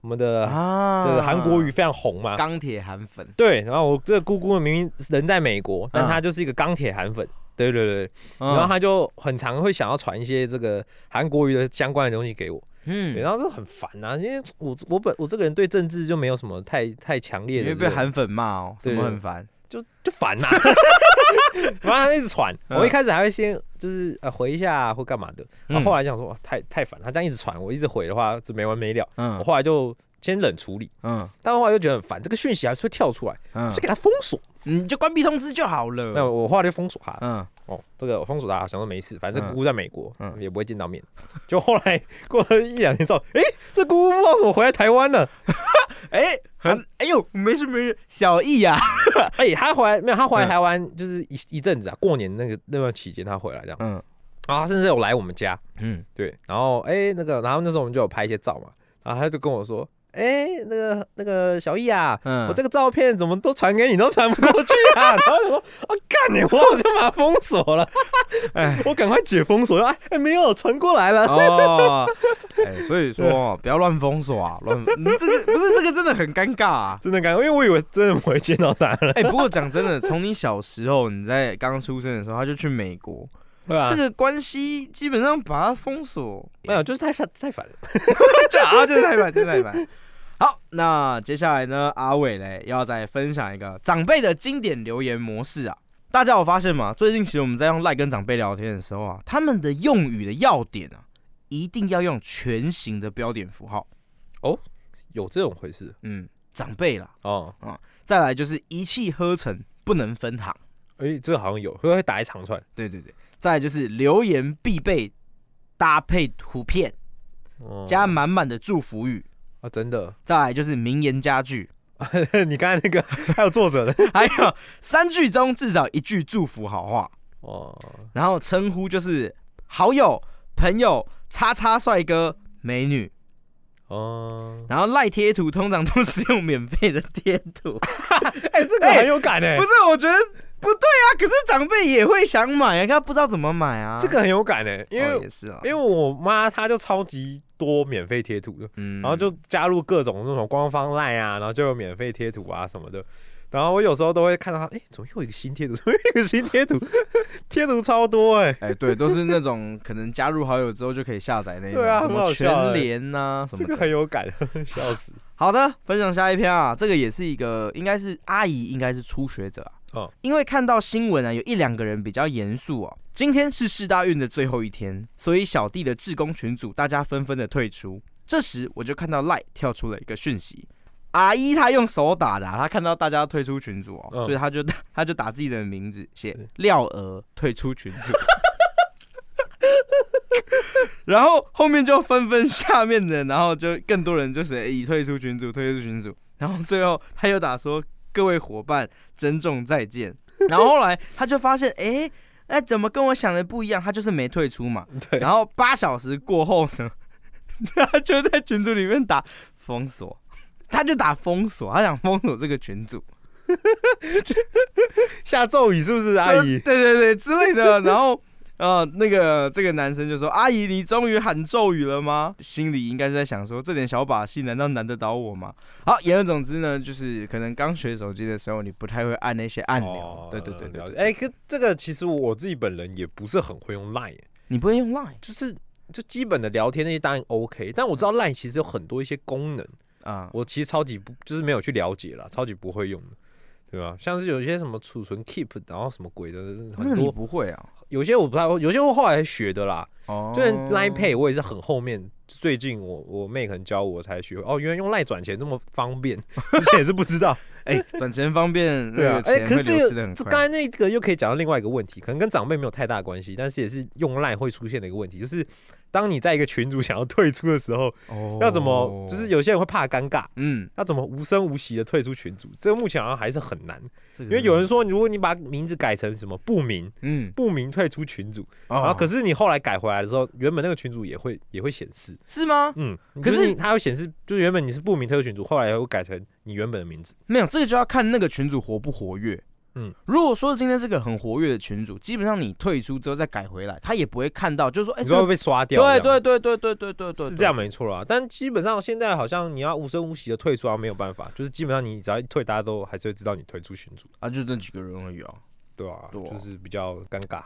B: 我们的
C: 啊
B: 这个韩国语啊非常红嘛。
C: 钢铁韩粉，
B: 对，然后我这个姑姑明明人在美国，但
C: 嗯
B: 她就是一个钢铁韩粉。对对对，然后
C: 嗯
B: 她就很常会想要传一些这个韩国语的相关的东西给我，对
C: 嗯，
B: 然后这很烦啊，因为我我本我这个人对政治就没有什么太太强烈
C: 因
B: 的
C: 为
B: 这
C: 被
B: 个
C: 韩粉骂哦，什
B: 对
C: 么很烦，
B: 就就烦
C: (laughs)
B: 呐、然后他一直传，
C: 嗯
B: 我一开始还会先就是呃回一下或干嘛的，然
C: 嗯
B: 后后来想说哇太太烦，他这样一直传，我一直回的话就没完没了，我
C: 嗯
B: 后来就先冷处理，
C: 嗯
B: 但后来又觉得很烦，这个讯息还是会跳出来，
C: 嗯
B: 就，给他封锁，
C: 你就关闭通知就好了。
B: 那我后来就封锁他，
C: 嗯，
B: 哦，这个我封锁他，想说没事，反正
C: 嗯
B: 姑姑在美国
C: 嗯
B: 也不会见到面，就后来过了一两天之后，诶，这姑姑不知道怎么回来台湾了，
C: 哎、很，哎呦，没事没事，小易啊呀、
B: 哎，他回来没有？他回来
C: 嗯
B: 台湾就是一一阵子啊，过年那个那段期间他回来这样，
C: 嗯
B: 然后他甚至有来我们家。
C: 嗯，
B: 对，然后哎、那个，然后那时候我们就有拍一些照嘛，然后他就跟我说，哎、那个那个小易啊，
C: 嗯
B: 我这个照片怎么都传给你都传不过去啊？然 (laughs) 后我说，我、干你，我我就把它封锁了，
C: 哎。
B: 我赶快解封锁，哎、哎没有传过来了，
C: 哦， (laughs) 哎、所以说哦不要乱封锁啊，乱， (laughs) 你这个不是这个真的很尴尬啊。
B: 真的感，因为我以为真的不会见到他了，
C: (laughs) 哎、不过讲真的，从你小时候你在刚出生的时候，他就去美国，
B: 对啊吧
C: 这个关系基本上把它封锁， (laughs)
B: 没有，就是太太太烦了，
C: 就啊，就是太烦，就是太烦。好，那接下来呢，阿伟嘞要再分享一个长辈的经典留言模式啊。大家有发现吗？最近其实我们在用赖跟长辈聊天的时候啊，他们的用语的要点啊，一定要用全形的标点符号。
B: 有这种回事
C: 嗯，长辈啦，
B: 哦，
C: 再来就是一气呵成，不能分行。
B: 哎、这个好像有，会会打一长串，
C: 对对对，再来就是留言必备搭配图片
B: 哦
C: 加满满的祝福语，
B: 啊，真的， (laughs)
C: 再来就是名言佳句， (laughs)
B: 你刚才那个还有作者的
C: 还有三句中至少一句祝福好话，
B: (laughs) 哦，
C: 然后称呼就是好友、朋友、叉叉帅哥、美女，
B: 哦，
C: 然后赖贴图通常都是用免费的贴图，
B: 哎、这个很有感 (laughs) 哎、
C: 不是？我觉得不对啊，可是长辈也会想买啊，他不知道怎么买啊，
B: 这个很有感哎、因为
C: 哦也是啊，
B: 因为我妈她就超级多免费贴图的，
C: 嗯
B: 然后就加入各种那种官方 line 啊，然后就有免费贴图啊什么的。然后我有时候都会看到她，哎、怎么又有一个新贴图？ (laughs) 怎么又有一个新贴图？ (laughs) 贴图超多哎、
C: 哎、对，都是那种可能加入好友之后就可以下载那种，
B: 对啊
C: 什
B: 很好
C: 么
B: 笑欸
C: 全联呐、什
B: 这
C: 么
B: 个
C: 的。
B: 很有感， (laughs) 笑死。
C: 好的，分享下一篇啊，这个也是一个，应该是阿姨，应该是初学者啊。
B: 哦
C: 因为看到新闻啊，有一两个人比较严肃哦。今天是世大运的最后一天，所以小弟的志工群组大家纷纷的退出。这时我就看到赖跳出了一个讯息，阿一他用手打的啊、他看到大家退出群组哦，
B: 嗯
C: 所以他就 (laughs) 打他就打自己的名字，写
B: 是
C: 廖娥退出群组。 (laughs) 然后后面就纷纷下面的，然后就更多人就写哎已退出群组，退出群组。然后最后他又打说各位伙伴珍重再见。然后后来他就发现，哎哎怎么跟我想的不一样？他就是没退出嘛。
B: 对，
C: 然后八小时过后呢，他就在群组里面打封锁，他就打封锁，他想封锁这个群组，
B: 下咒语是不是阿 (laughs) 姨？
C: 对对对之类的。然后呃，那个这个男生就说：“阿姨，你终于喊咒语了吗？”心里应该是在想说，这点小把戏难道难得倒我吗？好，言而总之呢，就是可能刚学手机的时候，你不太会按那些按钮。
B: 哦
C: 对对对对
B: 了解
C: 对，
B: 哎，可这个其实我自己本人也不是很会用 Line，
C: 你不会用 Line
B: 就是就基本的聊天那些当然 OK，但我知道 Line 其实有很多一些功能，
C: 啊？
B: 我其实超级不就是没有去了解啦，超级不会用的，对吧？像是有一些什么储存 Keep，然后什么鬼的，
C: 那
B: 很
C: 你
B: 多
C: 不会啊？
B: 有些我不太会，有些我后来学的啦。
C: 哦，
B: 就是 Line Pay，我也是很后面，最近我我妹可能教我才学会哦，原来用 Line 转钱那么方便， (laughs) 之前也是不知道。
C: 哎，转钱方
B: (laughs)
C: 便，
B: 对啊
C: 那个，钱
B: 可
C: 会
B: 是
C: 流
B: 这
C: 失
B: 个
C: 的很
B: 这
C: 快。
B: 刚才那个又可以讲到另外一个问题，可能跟长辈没有太大关系，但是也是用 Line 会出现的一个问题，就是当你在一个群组想要退出的时候，
C: 哦
B: 要怎么？就是有些人会怕尴尬。
C: 嗯，
B: 要怎么无声无息的退出群组？这个目前好像还是很难，
C: 因
B: 因为有人说，如果你把名字改成什么不明，
C: 嗯，哦
B: 不明退出群组，然
C: 然
B: 后可是你后来改回来的时候，原本那个群组也会也会显示，
C: 是吗？
B: 嗯，可
C: 可是
B: 是它会显示，就是原本你是不明特殊群组，后来又改成你原本的名字。
C: 没有，这个就要看那个群主活不活跃。嗯
B: 嗯，
C: 如果说今天是个很活跃的群主，基本上你退出之后再改回来，他也不会看到，就是说，哎、
B: 你
C: 这
B: 说会
C: 个
B: 被刷掉？
C: 对
B: 这样
C: 对对对对对对对，
B: 是这样没错啦。但基本上现在好像你要无声无息的退出啊，没有办法，就是基本上你只要一退，大家都还是会知道你退出群组，
C: 啊，就那几个人而已啊。
B: 对吧、
C: 对啊
B: 就是比较尴尬。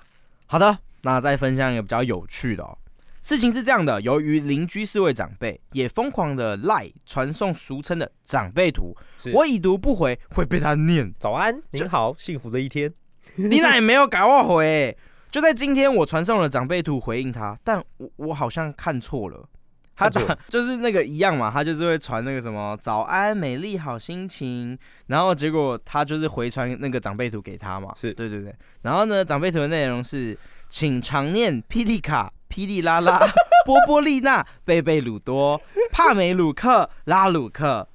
C: 好的，那再分享一个比较有趣的哦。事情是这样的，由于邻居是位长辈，也疯狂的赖传送俗称的长辈图，
B: 是
C: 我已读不回会被他念，
B: 早安，您好，幸福的一天。
C: 你哪也没有改我回、就在今天，我传送了长辈图回应他，但我我好像看错了。他
B: 看错
C: 打 (laughs) 就是那个一样嘛，他就是会传那个什么早安美丽好心情，然后结果他就是回传那个长辈图给他嘛，
B: 是
C: 啊对对对，然后呢长辈图的内容是请常念霹雳卡、霹雳拉拉、 (laughs) 波波丽娜、贝贝鲁多、帕梅鲁克、拉鲁克、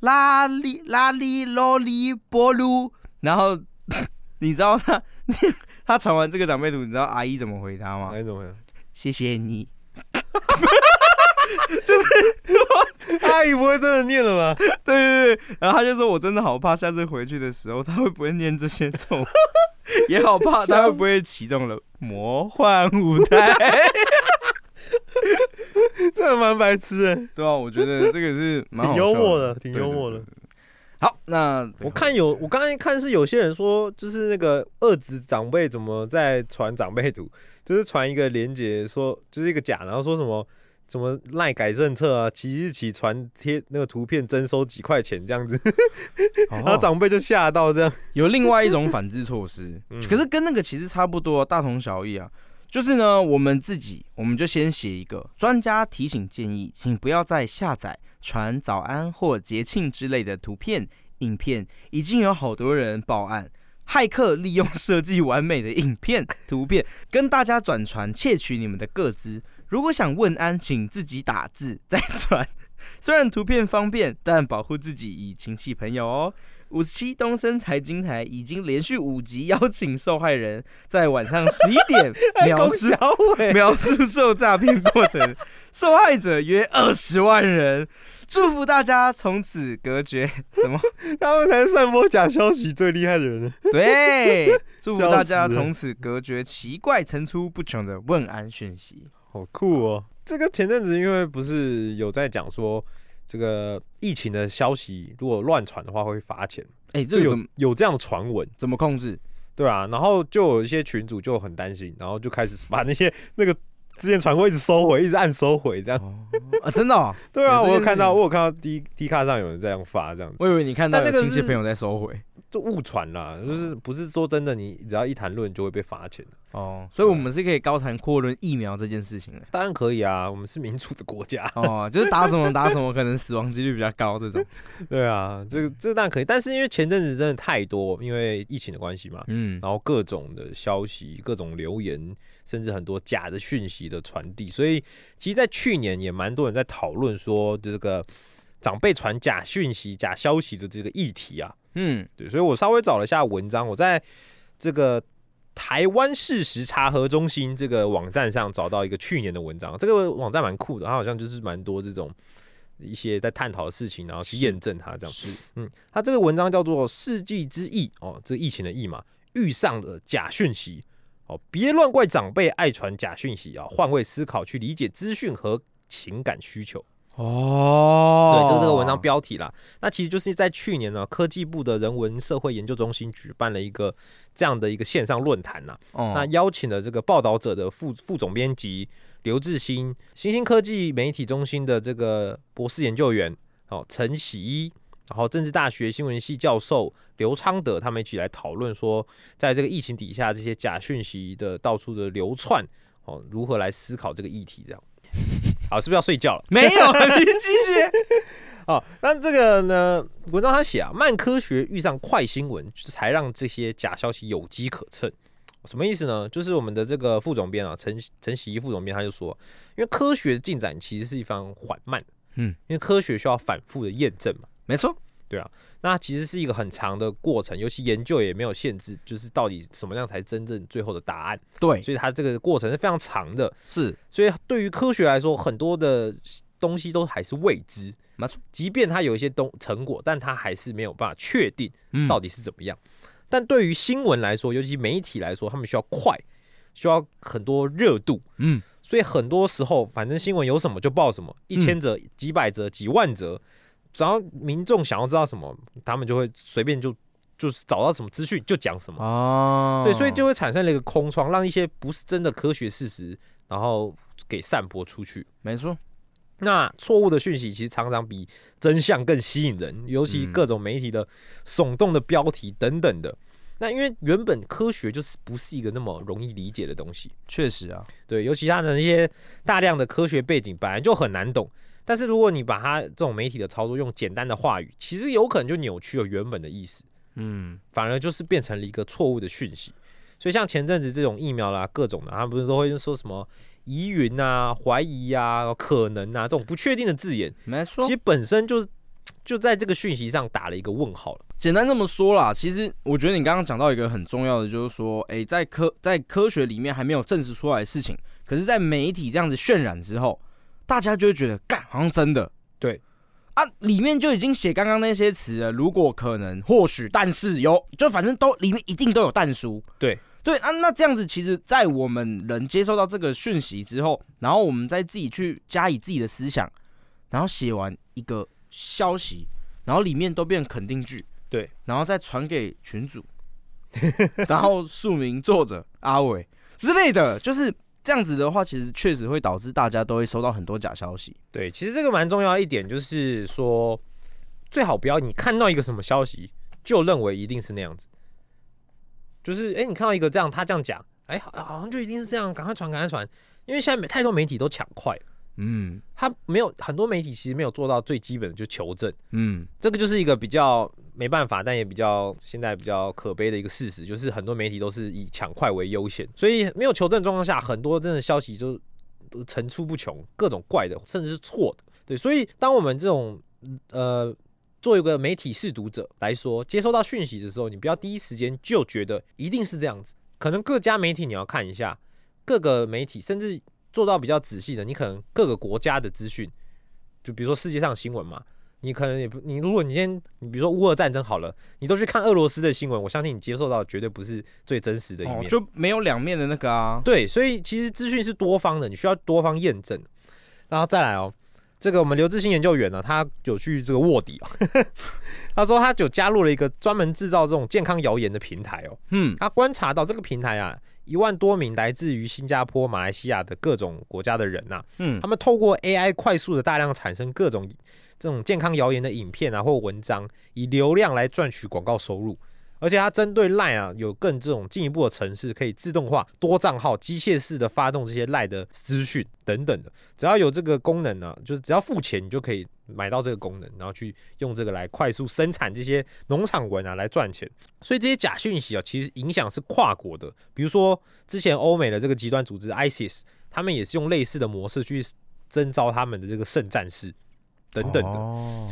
C: 拉里拉里罗里波鲁，然后 (laughs) 你知道他 (laughs) 他传完这个长辈图，你知道阿姨怎么回他吗？
B: 哎，怎么样？ (laughs)
C: 谢谢你，
B: 阿姨不会真的念了吧？
C: (laughs) 对对对，然后他就说我真的好怕下次回去的时候他会不会念这些咒，
B: (laughs)
C: 也好怕他会不会启动了魔幻舞台。
B: (laughs) 真的蛮白痴哎，
C: 对啊，我觉得这个是蛮好
B: 挺
C: 笑
B: 幽默的，
C: 对
B: 挺幽默。
C: 对
B: 的
C: 对。好，那
B: 我看有，我刚才看是有些人说，就是那个二子长辈怎么在传长辈图，就是传一个连接，说就是一个假，然后说什么怎么赖改政策啊，即日起传贴那个图片征收几块钱这样子，然后
C: 哦
B: 长辈就吓到这样。 (laughs)
C: 有另外一种反制措施，
B: 嗯
C: 可是跟那个其实差不多，大同小异啊。就是呢，我们自己我们就先写一个专家提醒建议，请不要再下载传早安或节庆之类的图片、影片，已经有好多人报案。骇客利用设计完美的影片、图片跟大家转传窃取你们的个资。如果想问安，请自己打字再传。 (laughs) 虽然图片方便，但保护自己以亲戚朋友哦。五十七东森财经台已经连续五集邀请受害人在晚上十一
B: (laughs)
C: 点
B: 哎
C: 描述
B: 小伟，
C: (laughs) 描述受诈骗过程， (laughs) 受害者约二十万人。祝福大家从此隔绝 (laughs) 什么？
B: 他们才是散播假消息最厉害的人呢。
C: 对，祝福大家
B: 笑死了
C: 从此隔绝奇怪层出不穷的问安讯息。
B: 好酷哦！ (laughs) 这个前阵子因为不是有在讲说，这个疫情的消息如果乱传的话会罚钱，
C: 哎、
B: 就
C: 这个
B: 有
C: 怎么
B: 有这样的传闻。
C: 怎么控制？
B: 对啊，然后就有一些群主就很担心，然后就开始把那些那个之前传过一直收回，一直按收回这样。
C: 哦啊，真的、
B: (laughs)
C: 哦，
B: 对啊，
C: 有这件
B: 我有看
C: 事
B: 到，
C: 情
B: 我有看到 D D 卡上有人这样发这样子。
C: 我以为你看到
B: 但那个
C: 有亲戚
B: 是
C: 朋友在收回。
B: 就误传啦，就是不是说真的，你只要一谈论就会被罚钱。啊
C: 哦，所以我们是可以高谈阔论疫苗这件事情的。 (laughs)
B: 当然可以啊，我们是民主的国家。
C: 哦，就是打什么打什么，可能死亡几率比较
B: (laughs)
C: 高这种。
B: 对啊，这个这个当然可以，但是因为前阵子真的太多，因为疫情的关系嘛，
C: 嗯，
B: 然后各种的消息、各种留言，甚至很多假的讯息的传递，所以其实，在去年也蛮多人在讨论说这个长辈传假讯息、假消息的这个议题啊。
C: 嗯，
B: 对，所以我稍微找了一下文章，我在这个台湾事实查核中心这个网站上找到一个去年的文章，这个网站蛮酷的，它好像就是蛮多这种一些在探讨的事情，然后去
C: 是
B: 验证它这样。
C: 是
B: 嗯，它这个文章叫做《世纪之疫》哦，这个疫情的疫嘛，遇上了假讯息哦，别乱怪长辈爱传假讯息啊，换位思考去理解资讯和情感需求。
C: 哦，
B: 对，这是这个文章标题啦。那其实就是在去年呢，科技部的人文社会研究中心举办了一个这样的一个线上论坛呐、
C: 哦，
B: 那邀请了这个报道者的副副总编辑刘志新、新兴科技媒体中心的这个博士研究员哦陈喜一，然后政治大学新闻系教授刘昌德他们一起来讨论说，在这个疫情底下，这些假讯息的到处的流窜哦，如何来思考这个议题这样。 (laughs) 好，是不是要睡觉了？
C: 没有，
B: (laughs)
C: 你继续。
B: 哦，那这个呢？文章他写啊，慢科学遇上快新闻，才让这些假消息有机可乘。什么意思呢？就是我们的这个副总编啊，陈陈喜一副总编他就说，因为科学的进展其实是一方缓慢，
C: 嗯，
B: 因为科学需要反复的验证嘛，
C: 没错，
B: 那其实是一个很长的过程，尤其研究也没有限制，就是到底什么样才真正最后的答案，
C: 对，
B: 所以它这个过程是非常长的。
C: 是
B: 所以对于科学来说，很多的东西都还是未知
C: 没错。
B: 即便它有一些东成果，但它还是没有办法确定
C: 嗯
B: 到底是怎么样。但对于新闻来说，尤其媒体来说，他们需要快，需要很多热度，
C: 嗯，
B: 所以很多时候，反正新闻有什么就报什么，一千则、几百则、几万则，只要民众想要知道什么，他们就会随便就就是找到什么资讯就讲什么。
C: 哦，
B: 对，所以就会产生了一个空窗，让一些不是真的科学事实，然后给散播出去。
C: 没错，
B: 那错误的讯息其实常常比真相更吸引人，尤其
C: 嗯
B: 各种媒体的耸动的标题等等的。那因为原本科学就是不是一个那么容易理解的东西，
C: 确实啊，
B: 对，尤其它的那些大量的科学背景本来就很难懂，但是如果你把它这种媒体的操作用简单的话语，其实有可能就扭曲了原本的意思。
C: 嗯，
B: 反而就是变成了一个错误的讯息。所以像前阵子这种疫苗啦，各种的，他们不是都会说什么疑云啊、怀疑啊、可能啊这种不确定的字眼，
C: 没
B: 其
C: 错。
B: 实本身就是就在这个讯息上打了一个问号了。
C: 简单这么说啦，其实我觉得你刚刚讲到一个很重要的，就是说，哎、在科在科学里面还没有证实出来的事情，可是，在媒体这样子渲染之后，大家就会觉得，干，好像真的。
B: 对。
C: 啊，里面就已经写刚刚那些词了。如果可能，或许，但是有，就反正都里面一定都有但书。
B: 对
C: 对啊，那这样子，其实，在我们人接收到这个讯息之后，然后我们再自己去加以自己的思想，然后写完一个消息，然后里面都变肯定句，
B: 对，
C: 然后再传给群主， (laughs) 然后署名作者阿伟之类的，就是这样子的话，其实确实会导致大家都会收到很多假消息。
B: 对，其实这个蛮重要的一点就是说，最好不要你看到一个什么消息就认为一定是那样子，就是哎、诶你看到一个这样，他这样讲，哎、好好像就一定是这样，赶快传，赶快传，因为现在每太多媒体都抢快了。
C: 嗯
B: 他没有很多媒体其实没有做到最基本的，就求证，
C: 嗯，
B: 这个就是一个比较没办法，但也比较现在比较可悲的一个事实，就是很多媒体都是以抢快为优先，所以没有求证状况下，很多真的消息就呃层出不穷，各种怪的，甚至是错的。对，所以当我们这种呃做一个媒体试读者来说，接收到讯息的时候，你不要第一时间就觉得一定是这样子，可能各家媒体你要看一下，各个媒体甚至做到比较仔细的，你可能各个国家的资讯，就比如说世界上新闻嘛，你可能也不，你如果你先，你比如说乌俄战争好了，你都去看俄罗斯的新闻，我相信你接受到的绝对不是最真实的一面。啊
C: 哦，就没有两面的那个啊。
B: 对，所以其实资讯是多方的，你需要多方验证。然后再来哦，这个我们刘志新研究员呢，他有去这个卧底哦， (laughs) 他说他有加入了一个专门制造这种健康谣言的平台哦。
C: 嗯
B: 他观察到这个平台啊，一万多名来自于新加坡、马来西亚的各种国家的人啊呐、
C: 嗯
B: 他们透过 AI 快速的大量产生各种这种健康谣言的影片啊或文章，以流量来赚取广告收入。而且它针对 Line 啊有更这种进一步的程式，可以自动化、多账号、机械式的发动这些 Line 的资讯等等的。只要有这个功能呢、啊就是只要付钱，你就可以买到这个功能，然后去用这个来快速生产这些农场文啊来赚钱。所以这些假讯息啊，其实影响是跨国的。比如说之前欧美的这个极端组织 ISIS，他们也是用类似的模式去征召他们的这个圣战士等等的。
C: 哦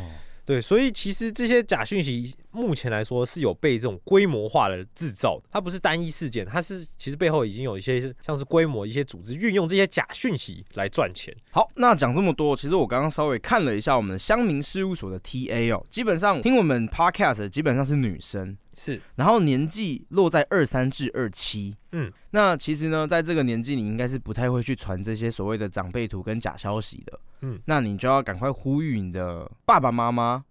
B: 对，所以其实这些假讯息目前来说是有被这种规模化的制造的，它不是单一事件，它是其实背后已经有一些是像是规模一些组织运用这些假讯息来赚钱。
C: 好，那讲这么多，其实我刚刚稍微看了一下我们的乡民事务所的 TA 哦，基本上听我们 podcast 的基本上是女生，
B: 是
C: 然后年纪落在二三至二七，
B: 嗯，
C: 那其实呢，在这个年纪，你应该是不太会去传这些所谓的长辈图跟假消息的，
B: 嗯
C: 那你就要赶快呼吁你的爸爸妈妈、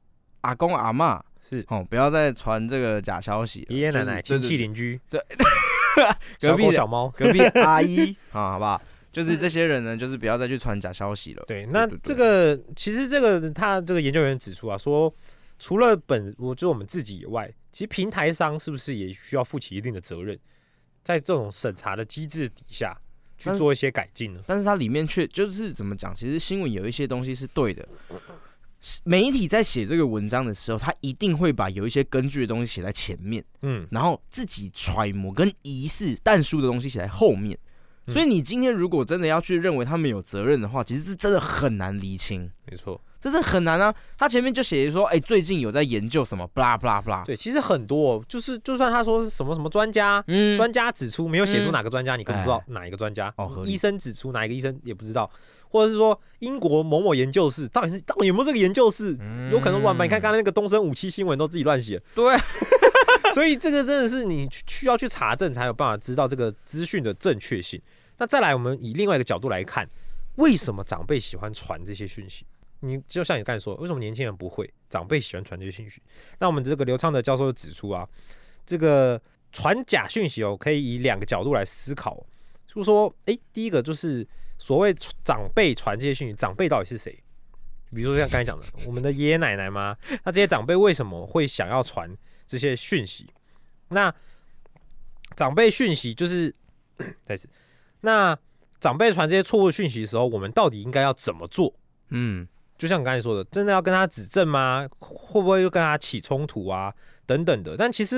C: 阿公阿嬷
B: 是，
C: 哦，不要再传这个假消息了，
B: 爷爷奶奶、
C: 就是
B: 亲戚、邻居、
C: 对对
B: 小
C: 隔壁
B: 狗、
C: 的
B: 小猫。
C: 隔壁
B: (laughs)
C: 阿姨啊，好不好？就是这些人呢，就是不要再去传假消息了。
B: 对，那
C: 对对
B: 这个其实这个他这个研究员指出啊，说除了本我就我们自己以外，其实平台商是不是也需要负起一定的责任，在这种审查的机制底下去
C: 但是
B: 做一些改进呢？
C: 但是它里面却就是怎么讲？其实新闻有一些东西是对的。是媒体在写这个文章的时候，他一定会把有一些根据的东西写在前面，
B: 嗯，
C: 然后自己揣摩跟疑似但书的东西写在后面。
B: 嗯
C: 所以你今天如果真的要去认为他们有责任的话，其实是真的很难厘清，
B: 没错。
C: 真的很难啊。他前面就写说，哎、最近有在研究什么，b 拉 a 拉 b 拉，
B: 对，其实很多哦，就是就算他说是什么什么专家，
C: 嗯，
B: 专家指出没有写出
C: 嗯
B: 哪个专家，你根本不知道哪一个专家。
C: 哦合理
B: 医生指出哪一个医生也不知道，或者是说英国某某研究室到底是到底有没有这个研究室，有可能乱办。你看刚才那个东升五七新闻都自己乱写，
C: 嗯对，
B: (laughs) 所以这个真的是你去需要去查证才有办法知道这个资讯的正确性。那再来，我们以另外一个角度来看，为什么长辈喜欢传这些讯息？你就像你刚才说，为什么年轻人不会？长辈喜欢传这些讯息？那我们这个刘畅的教授就指出啊，这个传假讯息哦，可以以两个角度来思考哦，就是说，诶，第一个就是所谓长辈传这些讯息，长辈到底是谁？比如说像刚才讲的，我们的爷爷奶奶吗？那这些长辈为什么会想要传这些讯息？那长辈讯息就是 (coughs) 再次，那长辈传这些错误讯息的时候，我们到底应该要怎么做？
C: 嗯，
B: 就像你刚才说的，真的要跟他指正吗？会不会又跟他起冲突啊？等等的。但其实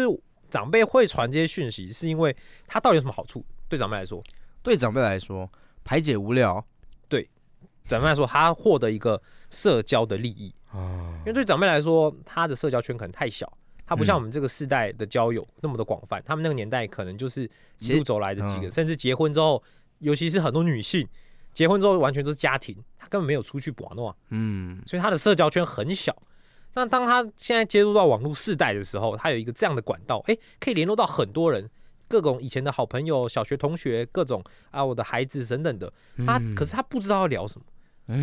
B: 长辈会传这些讯息，是因为他到底有什么好处？对长辈来说，
C: 对长辈来说，排解无聊
B: 长辈来说，他获得一个社交的利益，
C: 啊
B: 因为对长辈来说，他的社交圈可能太小，他不像
C: 嗯
B: 我们这个世代的交友那么的广泛。他们那个年代可能就是一
C: 其实
B: 路走来的几个，
C: 嗯
B: 甚至结婚之后，尤其是很多女性结婚之后完全都是家庭，她根本没有出去玩弄啊，
C: 嗯，
B: 所以她的社交圈很小。那当她现在接触到网络世代的时候，她有一个这样的管道，诶，可以联络到很多人，各种以前的好朋友、小学同学，各种啊，我的孩子等等的。她
C: 嗯
B: 可是她不知道要聊什么。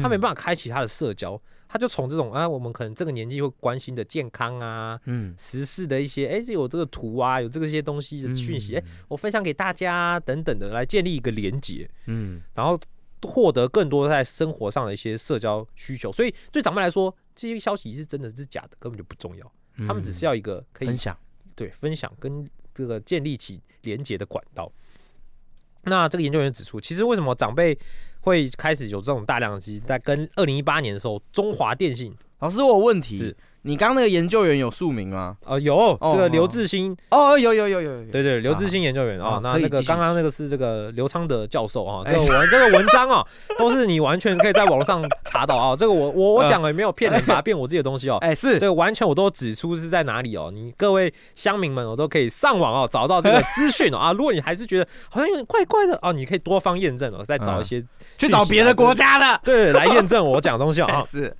B: 他没办法开启他的社交，他就从这种啊，我们可能这个年纪会关心的健康啊、
C: 嗯，
B: 时事的一些，哎、这有这个图啊，有这个一些东西的讯息，哎、
C: 嗯
B: 我分享给大家啊等等的，来建立一个连结，
C: 嗯，
B: 然后获得更多在生活上的一些社交需求。所以对长辈来说，这些消息是真的是假的，根本就不重要，他们只是
C: 要
B: 要一个可以
C: 嗯分享，
B: 对分享跟这个建立起连接的管道。那这个研究员指出，其实为什么长辈会开始有这种大量的机，在跟二零一八年的时候，中华电信
C: 老师，我有问题
B: 是，
C: 你刚刚那个研究员有署名吗？
B: 呃有这个刘志新，
C: 哦，有有有有有，
B: 对对，刘志新研究员
C: 好
B: 啊，那
C: 可以
B: 那个
C: 继续
B: 刚刚那个是这个刘昌德教授啊，
C: 哎
B: 这
C: (laughs)
B: 个文这个文章啊，都是你完全可以在网络上查到啊，这个我我我
C: 嗯
B: 讲了也没有骗人，把它变我自己的东西哦。
C: 哎，是
B: 这个完全我都指出是在哪里哦。你各位乡民们，我都可以上网哦找到这
C: (laughs)
B: 个资讯哦啊。如果你还是觉得好像有点怪怪的哦，你可以多方验证哦，再
C: 嗯
B: 找一些、
C: 去找别的国家的，哎
B: 对来验证我讲的东西
C: (laughs)
B: 哦啊。
C: 是，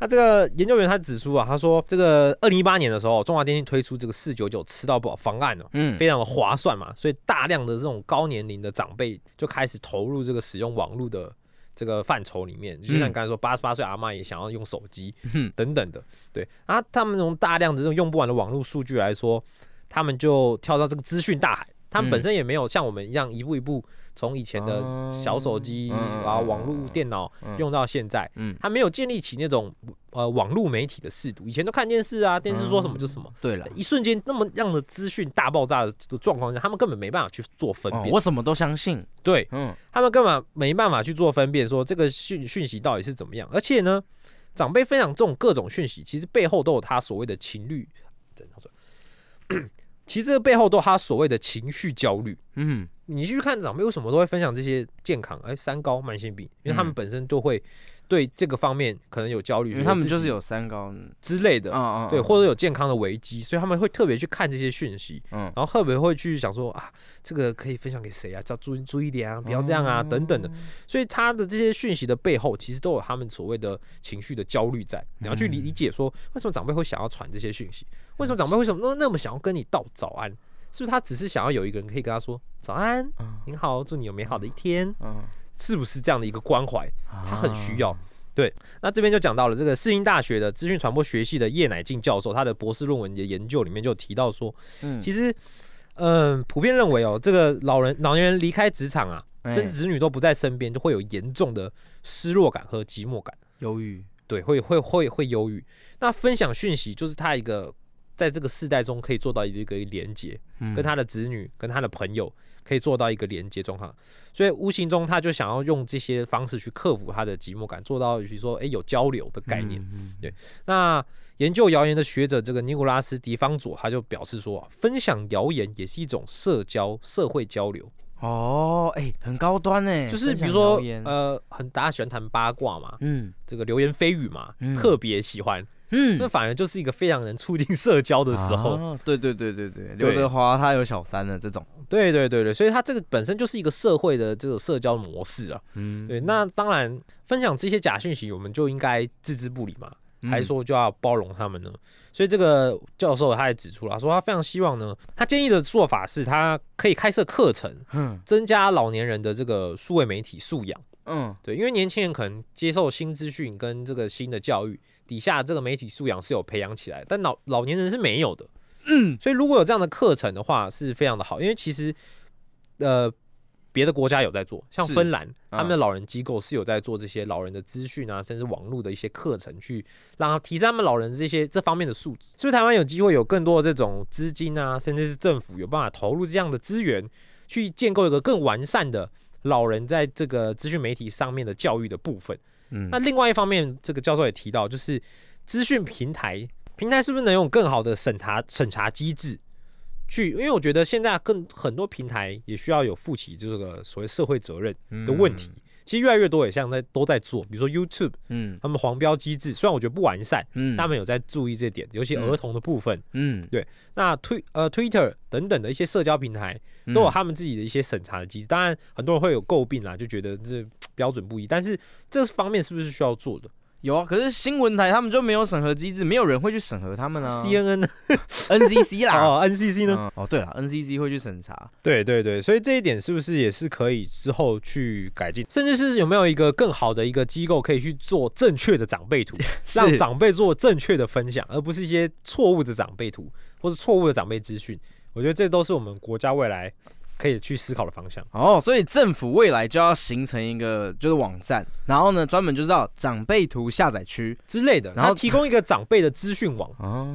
B: 那这个研究员他指出啊，他说这个二零一八年的时候，中华电信推出这个四九九吃到饱方案哦，
C: 嗯，
B: 非常的划算嘛，所以大量的这种高年龄的长辈就开始投入这个使用网络的这个范畴里面，就
C: 嗯
B: 像你刚才说，八十八岁阿嬷也想要用手机
C: 哼
B: 等等的，对，啊，他们从大量的这种用不完的网络数据来说，他们就跳到这个资讯大海，他们
C: 嗯
B: 本身也没有像我们一样一步一步从以前的
C: 哦
B: 小手机
C: 嗯嗯
B: 然后
C: 嗯
B: 网
C: 嗯
B: 络、电脑
C: 嗯
B: 用到现在，
C: 嗯，
B: 他没有建立起那种呃网络媒体的视读。以前都看电视啊，电视说什么就什么。
C: 对了，
B: 一瞬间那么样的资讯大爆炸的状况下，他们根本没办法去做分
C: 哦
B: 辨，
C: 我什么都相信。
B: 对
C: 嗯，
B: 他们根本没办法去做分辨，说这个讯讯息到底是怎么样。而且呢，长辈分享这种各种讯息，其实背后都有他所谓的情绪，等一下说 (coughs) 其实这背后都有他所谓的情绪焦虑。
C: 嗯，
B: 你去看长辈为什么都会分享这些健康，哎、三高、慢性病，因为他们
C: 嗯
B: 本身就会对这个方面可能有焦虑，
C: 因
B: 觉
C: 为
B: 得
C: 他们
B: 自
C: 就是
B: 己
C: 有三高，嗯
B: 之类的，
C: 嗯，
B: 对，或者有健康的危机，所以他们会特别去看这些讯息，
C: 嗯
B: 然后特别会去想说啊，这个可以分享给谁啊？叫注意注意点啊，不要这样啊，等等的。所以他的这些讯息的背后，其实都有他们所谓的情绪的焦虑在。你要
C: 嗯
B: 去理理解说，为什么长辈会想要传这些讯息？为什么长辈为什么那那么想要跟你道早安？是不是他只是想要有一个人可以跟他说早安，
C: 嗯
B: 您好，祝你有美好的一天？
C: 嗯，
B: 是不是这样的一个关怀？他
C: 他
B: 很需要。对，那这边就讲到了这个世英大学的资讯传播学系的叶乃静教授，他的博士论文的研究里面就有提到说，
C: 嗯，
B: 其实，嗯、普遍认为哦，这个老人老年人离开职场啊，
C: 哎
B: 甚至子女都不在身边，就会有严重的失落感和寂寞感，
C: 忧郁，
B: 对，会会会会忧郁。那分享讯息就是他一个在这个世代中可以做到一个连接，
C: 嗯
B: 跟他的子女、跟他的朋友可以做到一个连接状况，所以无形中他就想要用这些方式去克服他的寂寞感，做到比如说诶有交流的概念。，
C: 嗯嗯
B: 对那研究谣言的学者，这个尼古拉斯·迪方佐，他就表示说啊，分享谣言也是一种社交、社会交流，
C: 哦，哎，很高端哎，
B: 就是
C: 分
B: 比
C: 享
B: 如说
C: 谣言
B: 呃，很大家喜欢谈八卦嘛，
C: 嗯
B: 这个流言蜚语嘛，
C: 嗯
B: 特别喜欢，
C: 嗯
B: 这、反而就是一个非常能促进社交的时候。
C: 啊对对对对对，刘德华他有小三的这种，
B: 对对对对，所以它这个本身就是一个社会的这种社交模式啊。
C: 嗯，
B: 对，那当然分享这些假讯息，我们就应该置之不理嘛。
C: 嗯
B: 还说就要包容他们呢？所以这个教授他也指出了，他说他非常希望呢，他建议的做法是他可以开设课程，
C: 嗯
B: 增加老年人的这个数位媒体素养。
C: 嗯
B: 对，因为年轻人可能接受新资讯跟这个新的教育底下，这个媒体素养是有培养起来，但老老年人是没有的。嗯，所以如果有这样的课程的话，是非常的好，因为其实呃别的国家有在做，像
C: 是
B: 芬兰，他们的
C: 嗯
B: 老人机构是有在做这些老人的资讯啊，甚至网络的一些课程，去让他提升他们老人这些这方面的素质。所以台湾有机会有更多的这种资金啊，甚至是政府有办法投入这样的资源，去建构一个更完善的老人在这个资讯媒体上面的教育的部分。
C: 嗯
B: 那另外一方面，这个教授也提到，就是资讯平台，平台是不是能有更好的审查审查机制？去，因为我觉得现在更很多平台也需要有负起这个所谓社会责任的问题，，其实越来越多也像在都在做，比如说 YouTube
C: 嗯
B: 他们黄标机制，虽然我觉得不完善，
C: 嗯，
B: 他们有在注意这点，尤其儿童的部分。
C: 嗯
B: 那推呃 Twitter 等等的一些社交平台
C: 嗯
B: 都有他们自己的一些审查的机制，当然很多人会有诟病啦，就觉得这标准不一，但是这方面是不是需要做的
C: 有啊，可是新闻台他们就没有审核机制，没有人会去审核他们啊。
B: ？CNN 呢？
C: NCC 啦，
B: 哦，NCC 呢？
C: 啊嗯哦对了，NCC 会去审查，
B: 对对对，所以这一点是不是也是可以之后去改进，甚至是有没有一个更好的一个机构可以去做正确的长辈图？让
C: 是
B: 长辈做正确的分享，而不是一些错误的长辈图或者错误的长辈资讯。我觉得这都是我们国家未来可以去思考的方向。
C: 哦，所以政府未来就要形成一个就是网站，然后呢专门就知道长辈图下载区
B: 之类的，
C: 然后
B: 它提供一个长辈的资讯网
C: 哦，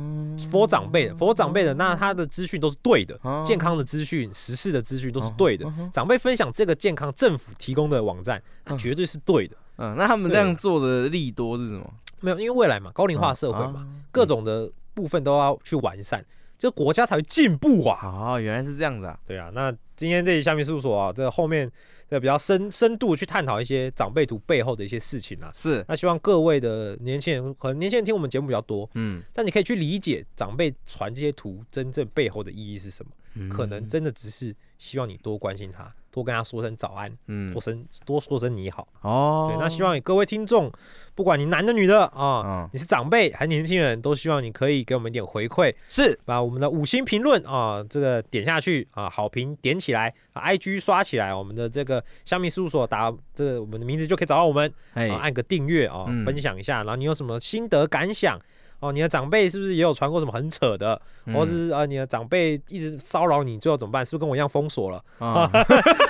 B: ，for 长辈的，for 长辈的，那他的资讯都是对的，
C: 哦
B: 健康的资讯、时事的资讯都是
C: 哦
B: 对的
C: 哦哦。
B: 长辈分享这个健康政府提供的网站，它
C: 嗯
B: 绝对是对的。
C: 嗯，那他们这样做的利多是什么？
B: 没有，因为未来嘛，高龄化社会嘛，
C: 嘛，
B: 各种的部分都要去完善，这国家才会进步啊。
C: 哦，原来是这样子啊，
B: 对啊，那今天这集下面事务所啊，这后面这比较深深度去探讨一些长辈图背后的一些事情啊。
C: 是，
B: 那希望各位的年轻人，可能年轻人听我们节目比较多，
C: 嗯，
B: 但你可以去理解长辈传这些图真正背后的意义是什么。
C: 嗯
B: 可能真的只是希望你多关心他，多跟他说声早安，
C: 嗯
B: 多声多说声你好。
C: 哦，
B: 对，那希望各位听众，不管你男的女的啊，
C: 嗯
B: 你是长辈还是年轻人，都希望你可以给我们一点回馈，
C: 是
B: 把我们的五星评论啊，这个点下去啊，好评点起来、啊、，IG 刷起来，我们的这个香蜜事务所打这个我们的名字就可以找到我们，
C: 哎
B: 啊、按个订阅啊，
C: 嗯
B: 分享一下，然后你有什么心得感想哦，你的长辈是不是也有传过什么很扯的，
C: 嗯
B: 或者是啊你的长辈一直骚扰你，最后怎么办？是不是跟我一样封锁了？
C: (laughs) 啊，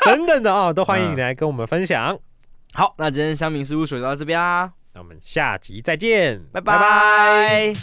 B: 等等的啊、都欢迎你
C: 嗯
B: 来跟我们分享。
C: 啊好，那今天香民事务所就到这边啦，
B: 那我们下集再见，
C: 拜拜